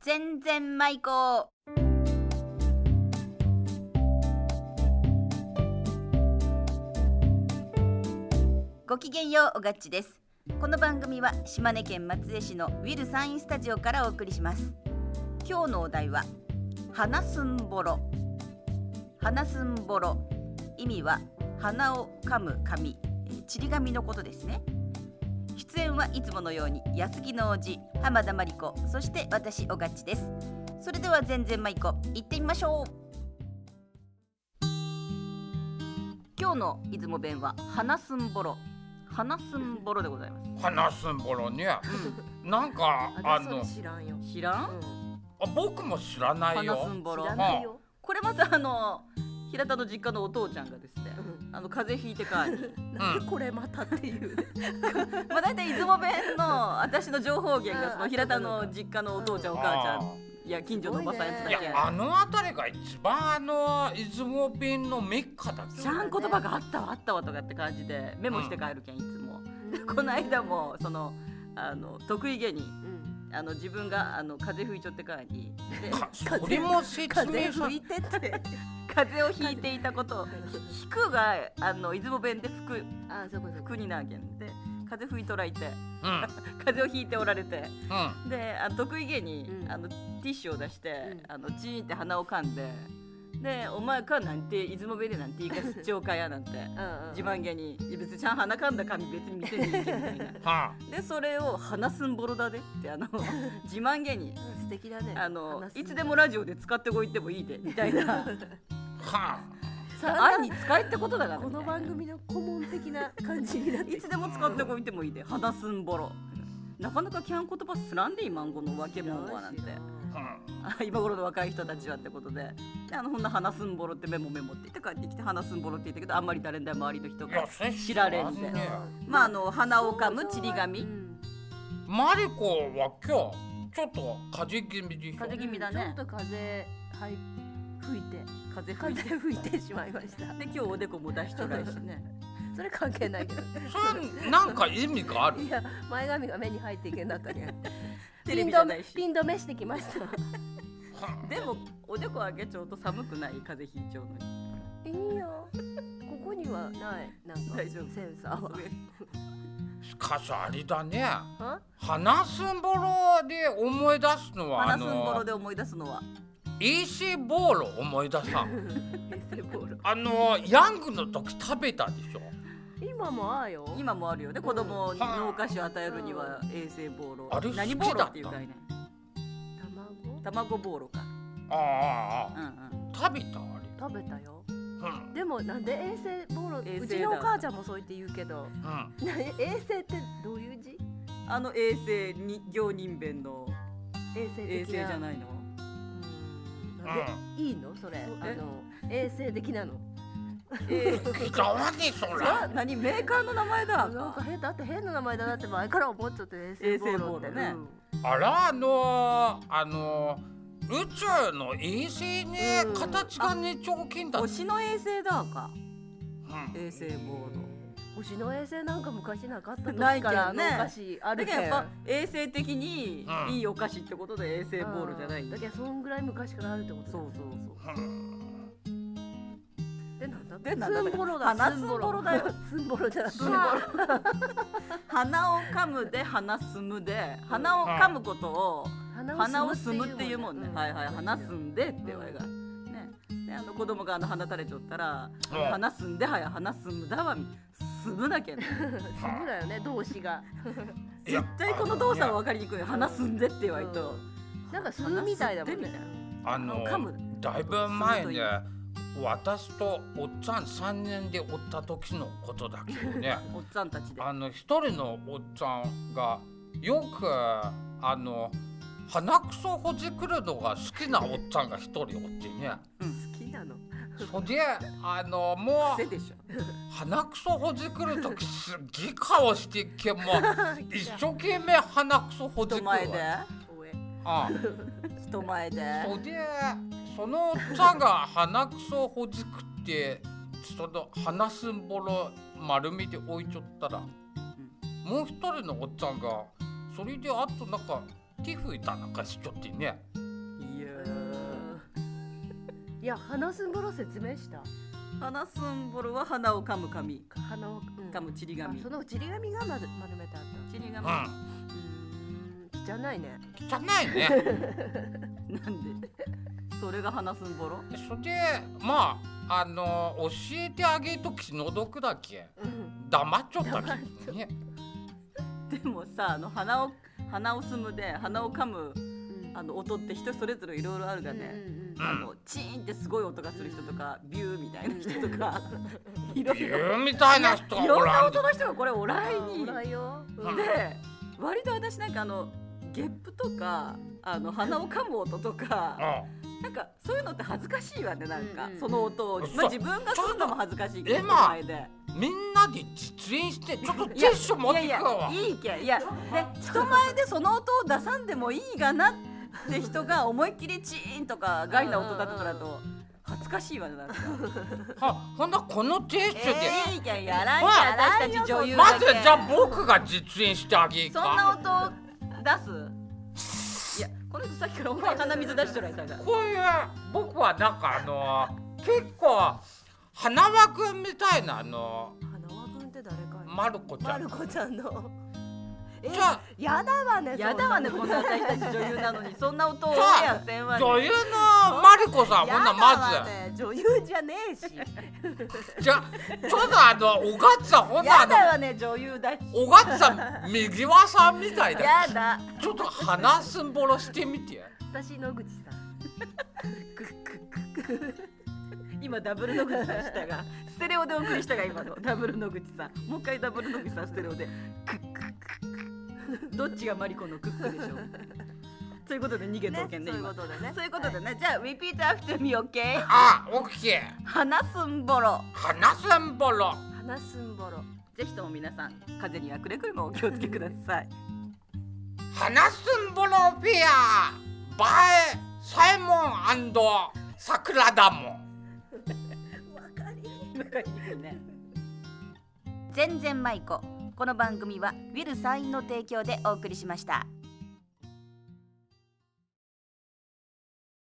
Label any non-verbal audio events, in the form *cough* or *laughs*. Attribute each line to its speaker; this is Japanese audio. Speaker 1: 全然舞子ごきげんようおがっちですこの番組は島根県松江市のウィルサインスタジオからお送りします今日のお題は花すんぼろ花すんぼろ意味は鼻を噛む髪えーちり紙のことですね出演はいつものように安木の王子浜田真理子そして私おがっちですそれでは全然まいこ行ってみましょう今日の出雲弁は花すんぼろ花すんぼろでございます、
Speaker 2: 話すんぼろねなんかあ
Speaker 3: あ
Speaker 2: の
Speaker 3: の知らんよ。
Speaker 1: 知らん
Speaker 3: う
Speaker 2: あ僕も知らない
Speaker 1: 花
Speaker 2: よ
Speaker 1: すんぼ
Speaker 3: ん、知
Speaker 1: ろ
Speaker 3: らないよ。
Speaker 1: これまたあの平田の実家のお父ちゃんがですねあの風邪ひいて帰る
Speaker 3: なんでこれまたっていうね。
Speaker 1: まあ大体出雲弁の私の情報源がその平田の実家のお父ちゃんお母ちゃんいや近所のおばさんやつ
Speaker 2: あーい
Speaker 1: だけ
Speaker 2: やあの辺りが一番あの出雲便のメッカだけ
Speaker 1: ちゃん言葉があったわあったわとかって感じでメモして帰るけんいつも、
Speaker 3: *laughs*
Speaker 1: この間もそのあの得意げに
Speaker 3: うん。
Speaker 1: あの自分があの風邪吹いちょってからにで
Speaker 2: かそれも説
Speaker 3: 風
Speaker 2: 明
Speaker 3: 邪
Speaker 2: さ
Speaker 3: 吹いてって。
Speaker 1: 風邪をひいていたことを「引く」があの出雲弁で服
Speaker 3: あ、そうかそうか。
Speaker 1: 服になあげんで風吹いとらいて
Speaker 2: うんうん
Speaker 1: 風邪をひいておられて
Speaker 2: あ
Speaker 1: であの得意げに、
Speaker 3: うん
Speaker 1: あのティッシュを出して、
Speaker 3: うん
Speaker 1: あのチーンって鼻を噛んでで「お前か」なんて出雲弁でなんて言いかすっちょうかやなんて
Speaker 3: うんうん
Speaker 1: 自慢げに「いや別にちゃん鼻噛んだ髪別に見せに行け」み
Speaker 3: *laughs*
Speaker 1: たいな。でそれを「鼻すんぼろだで」ってあの自慢げに
Speaker 3: うん素敵だ
Speaker 1: 「
Speaker 3: ね。
Speaker 1: あの
Speaker 3: 話す
Speaker 1: いつでもラジオで使ってこいってもいいで」みたい
Speaker 3: *laughs*
Speaker 1: な
Speaker 2: は
Speaker 1: 愛に使えってことだから
Speaker 3: こ
Speaker 1: みた
Speaker 3: の
Speaker 1: いな
Speaker 3: 番組の顧問的な感じになっ
Speaker 1: *laughs*
Speaker 3: て
Speaker 1: い
Speaker 3: き
Speaker 1: つ
Speaker 3: た。
Speaker 1: でも使ってこいてもいいで「鼻すんぼろ」なかなかキャン言葉すらんでいいマンゴのわけもんはなんて
Speaker 3: 知らん知らん
Speaker 2: あ
Speaker 1: あ今頃の若い人たちはってことでであのほんな「花すんぼろ」ってメモメモって言って帰ってきて「花すんぼろ」って言ったけどあんまり誰んだ周りの人
Speaker 2: うんいや
Speaker 1: が
Speaker 2: それ
Speaker 1: 知られん
Speaker 2: 知
Speaker 1: で
Speaker 2: らんね
Speaker 1: まああの鼻を噛むちり
Speaker 3: う
Speaker 1: 紙
Speaker 3: ん
Speaker 2: マリコは今日ちょっと風邪気味でしょ
Speaker 1: 風邪気味だね
Speaker 3: ちょっと風はい吹いて
Speaker 1: 風吹い
Speaker 3: 風
Speaker 1: て
Speaker 3: 吹いてしまいました。
Speaker 1: で今日おでこも出しとらいしね
Speaker 3: それ関係ないけど。
Speaker 2: それなんか意味がある
Speaker 3: いや前髪が目に入っていけなかっ
Speaker 1: *laughs*
Speaker 3: たね。
Speaker 1: テレビじゃない
Speaker 3: ピ
Speaker 1: し
Speaker 3: ン止めピン止めしてきました。
Speaker 1: *laughs*
Speaker 2: は
Speaker 1: でもおでこ上げちゃうと寒くない風邪ひいちゃうのに
Speaker 3: いいよ。ここにはないなんか
Speaker 1: 大丈夫
Speaker 3: センサーは。
Speaker 2: しかしあれだね
Speaker 3: あ
Speaker 2: 花すんぼろで思い出すのはあ
Speaker 1: 花すんぼろ
Speaker 2: の
Speaker 1: で思い出すのは
Speaker 2: EC ボールを思い出さん
Speaker 1: *laughs* 平成ボール
Speaker 2: あのヤングの時食べたでしょ
Speaker 3: 今もああよ。
Speaker 1: 今もあるよね子供に脳菓子を与えるには衛生ボール
Speaker 2: あれ
Speaker 1: 何
Speaker 2: 好
Speaker 1: ボ
Speaker 2: き
Speaker 1: ー
Speaker 2: だった
Speaker 1: ルっていう概念
Speaker 3: 卵
Speaker 1: 卵ボールか
Speaker 2: あああ
Speaker 1: うんうん
Speaker 2: あ食べたあれ
Speaker 3: 食べたよ。
Speaker 2: うん
Speaker 3: でもなんで衛生ボー
Speaker 1: 衛
Speaker 3: ル
Speaker 1: 生だ
Speaker 3: うちのお母ちゃんもそう言って言うけど、
Speaker 1: *laughs*
Speaker 2: うん
Speaker 3: な衛生ってどういう字？
Speaker 1: あの衛生に行人弁の
Speaker 3: 衛生的な。
Speaker 1: 衛生じゃないの
Speaker 3: うんなんでいいのそれ？
Speaker 1: そう
Speaker 3: あの衛生的なの。
Speaker 1: えー
Speaker 2: 使わねえ
Speaker 1: そ
Speaker 2: そ
Speaker 1: れは
Speaker 2: ら
Speaker 1: 何メーカーの名前だ
Speaker 3: なんか変だって変な名前だなって前から思っちゃって衛
Speaker 1: 衛
Speaker 3: 星ボ
Speaker 1: 星
Speaker 3: ー
Speaker 1: ボー
Speaker 3: ルっ
Speaker 1: ル
Speaker 3: て
Speaker 1: ね
Speaker 2: あらあのー、あのー、宇宙の衛星ね、
Speaker 3: うん
Speaker 2: 形がね条件だ、うん、
Speaker 1: 星の衛星だか衛星ボール
Speaker 3: 星の衛星なんか昔なかった時
Speaker 1: ないけ
Speaker 3: か
Speaker 1: んね
Speaker 3: らあのお菓子あ
Speaker 1: だ
Speaker 3: る
Speaker 1: け
Speaker 3: け
Speaker 1: ど
Speaker 3: ん
Speaker 1: やっぱ衛生的に
Speaker 2: うん
Speaker 1: いいお菓子ってことで衛星ボールじゃない
Speaker 3: うんだけどそんぐらい昔からあるってことだ
Speaker 1: そうそうそう
Speaker 2: うん
Speaker 3: でなんだ
Speaker 1: でなんだ
Speaker 3: スンボロ
Speaker 1: あ
Speaker 3: だ
Speaker 1: なスンボロだよ
Speaker 3: スンボロじゃな
Speaker 1: スンボロ鼻を噛むで鼻すむで鼻を噛むことを鼻をすむっていうもんね、はいはい鼻すんでってわいが、ねであの子供があの鼻垂れちゃったら、
Speaker 2: うん
Speaker 1: 鼻すんではや鼻すむだわすむだけんね
Speaker 3: すむだよね動
Speaker 1: *laughs*
Speaker 3: 詞が
Speaker 2: いや
Speaker 1: 絶対この動作は
Speaker 2: あ
Speaker 1: 分かりにくいよ鼻すんでって言われと、
Speaker 3: なんかすむみたいだもん
Speaker 1: 鼻す
Speaker 3: ね
Speaker 1: んでみ
Speaker 2: あの
Speaker 1: 噛む
Speaker 2: ー、だいぶ前
Speaker 1: するとい
Speaker 2: ね
Speaker 1: い
Speaker 2: 私とおっちゃん3年でおった時のことだけどね
Speaker 1: おっちゃんたちで
Speaker 2: あの一人のおっちゃんがよくあの鼻くそほじくるのが好きなおっちゃんが一人おってね
Speaker 3: 好きなの
Speaker 2: そりゃあのも
Speaker 1: 癖
Speaker 2: う
Speaker 1: でしょ
Speaker 2: 鼻くそほじくる時すっげえ顔してっけんもう一生懸命鼻くそほじく
Speaker 1: 人
Speaker 2: るわ
Speaker 1: 前で
Speaker 3: おえ
Speaker 2: ああ
Speaker 1: 人前で
Speaker 2: そりゃそのおっちゃんが鼻くそほじくってその鼻すんぼろ丸めて置いちゃったらもう一人のおっちゃんがそれであとなんか気吹いたなんかしちょってね
Speaker 4: いや
Speaker 3: いや鼻すんぼろ説明した
Speaker 1: 鼻すんぼろは鼻を噛む髪
Speaker 3: 鼻を、うん
Speaker 1: 噛むちり紙
Speaker 3: あそのちり紙がまる丸めてあっ
Speaker 1: ちり紙
Speaker 2: うん
Speaker 1: な
Speaker 3: たうーん汚いね
Speaker 2: 汚いね
Speaker 1: ん
Speaker 2: *laughs*
Speaker 1: でそれが鼻すんぼろ
Speaker 2: それでまああの教えてあげると気の毒だけん
Speaker 3: うん
Speaker 2: 黙っちゃったけんね
Speaker 1: でもさあの鼻を鼻をすむで鼻を噛むあの音って人それぞれいろいろあるがね、
Speaker 3: うん
Speaker 1: あのチーンってすごい音がする人とかビューみたいな人とか *laughs* いろ
Speaker 2: 理
Speaker 1: いろ
Speaker 2: 由みたいな人
Speaker 1: い
Speaker 2: が
Speaker 1: ろ
Speaker 2: お
Speaker 1: ん
Speaker 2: ら
Speaker 1: なん
Speaker 2: で
Speaker 1: 音の人がこれおらいに
Speaker 3: あおら
Speaker 1: で
Speaker 3: よ、
Speaker 2: うん
Speaker 1: 割と私なんかあのゲップとかあの鼻を噛む音とか
Speaker 2: う
Speaker 1: なんかそういうのって恥ずかしいわねなんか、
Speaker 3: うんうん
Speaker 1: その音を、
Speaker 2: そう
Speaker 1: まあ、自分がするのも恥ずかしいけど
Speaker 2: ちょっ
Speaker 1: 人
Speaker 2: と
Speaker 1: 前で。
Speaker 2: んみんなで実演してちょっとティッシュ持って
Speaker 1: い
Speaker 2: く
Speaker 1: や
Speaker 2: るわ
Speaker 1: いやいいけんいやで人前でその音を出さんでもいいがなって人が思いっきりチーンとかガイな音だとかだと恥ずかしいわねなんか。
Speaker 2: はほんならこのティッシュで、
Speaker 1: えー、いいけんやらん
Speaker 2: ほら
Speaker 1: や私たち女優
Speaker 2: ま
Speaker 1: だ
Speaker 2: ず
Speaker 1: け
Speaker 2: じゃあ僕が実演してあげる
Speaker 1: そ
Speaker 2: か
Speaker 1: んな音出すいやこの人さっきからお前鼻水出しとられたが
Speaker 2: こういう僕はなんかあの結構花輪くんみたいなあの
Speaker 3: 花輪君って誰かい、
Speaker 2: まる子ちゃ
Speaker 3: ま
Speaker 2: ん
Speaker 3: る子ちゃんのえ
Speaker 2: じゃ
Speaker 3: やだわね
Speaker 1: やだわね
Speaker 3: そ
Speaker 1: こ
Speaker 3: ん
Speaker 1: んな
Speaker 3: なの
Speaker 1: 私たち女優なのにそんな音を
Speaker 2: じゃあ
Speaker 1: やせんわ
Speaker 2: あ
Speaker 1: ね
Speaker 2: 女優のまる子さんほんなら
Speaker 3: やだわ
Speaker 2: ま
Speaker 3: ね女優じゃねえし
Speaker 2: ずじゃあちょっとあのおがつさんほんな
Speaker 1: やだ
Speaker 2: らあ
Speaker 1: わね女優だし
Speaker 2: のおがつさん右輪さんみたいだよ
Speaker 1: やだ
Speaker 2: ちょっと鼻すんぼろしてみて
Speaker 3: 私野口さん
Speaker 1: クックックック今ダブル野口さんしたがステレオでお送りしたが今のダブル野口さんもう一回ダブル野口さんステレオでクックックックどっちがマリコのクックでしょうということで逃げとけんね
Speaker 3: そういう
Speaker 1: 今
Speaker 3: ことでね
Speaker 1: そういうことでね、じゃあ repeat after me, okay?
Speaker 2: あオッケー
Speaker 1: 鼻すんぼろ。
Speaker 2: 鼻すんぼろ
Speaker 3: 花すんぼろ
Speaker 1: ぜひとも皆さん、風邪にはくれぐれもお気をつけください。
Speaker 2: 鼻すんぼろフェアバイサイモン桜だもん
Speaker 3: わかり
Speaker 1: 全然舞子。この番組はウィルサインの提供でお送りしました。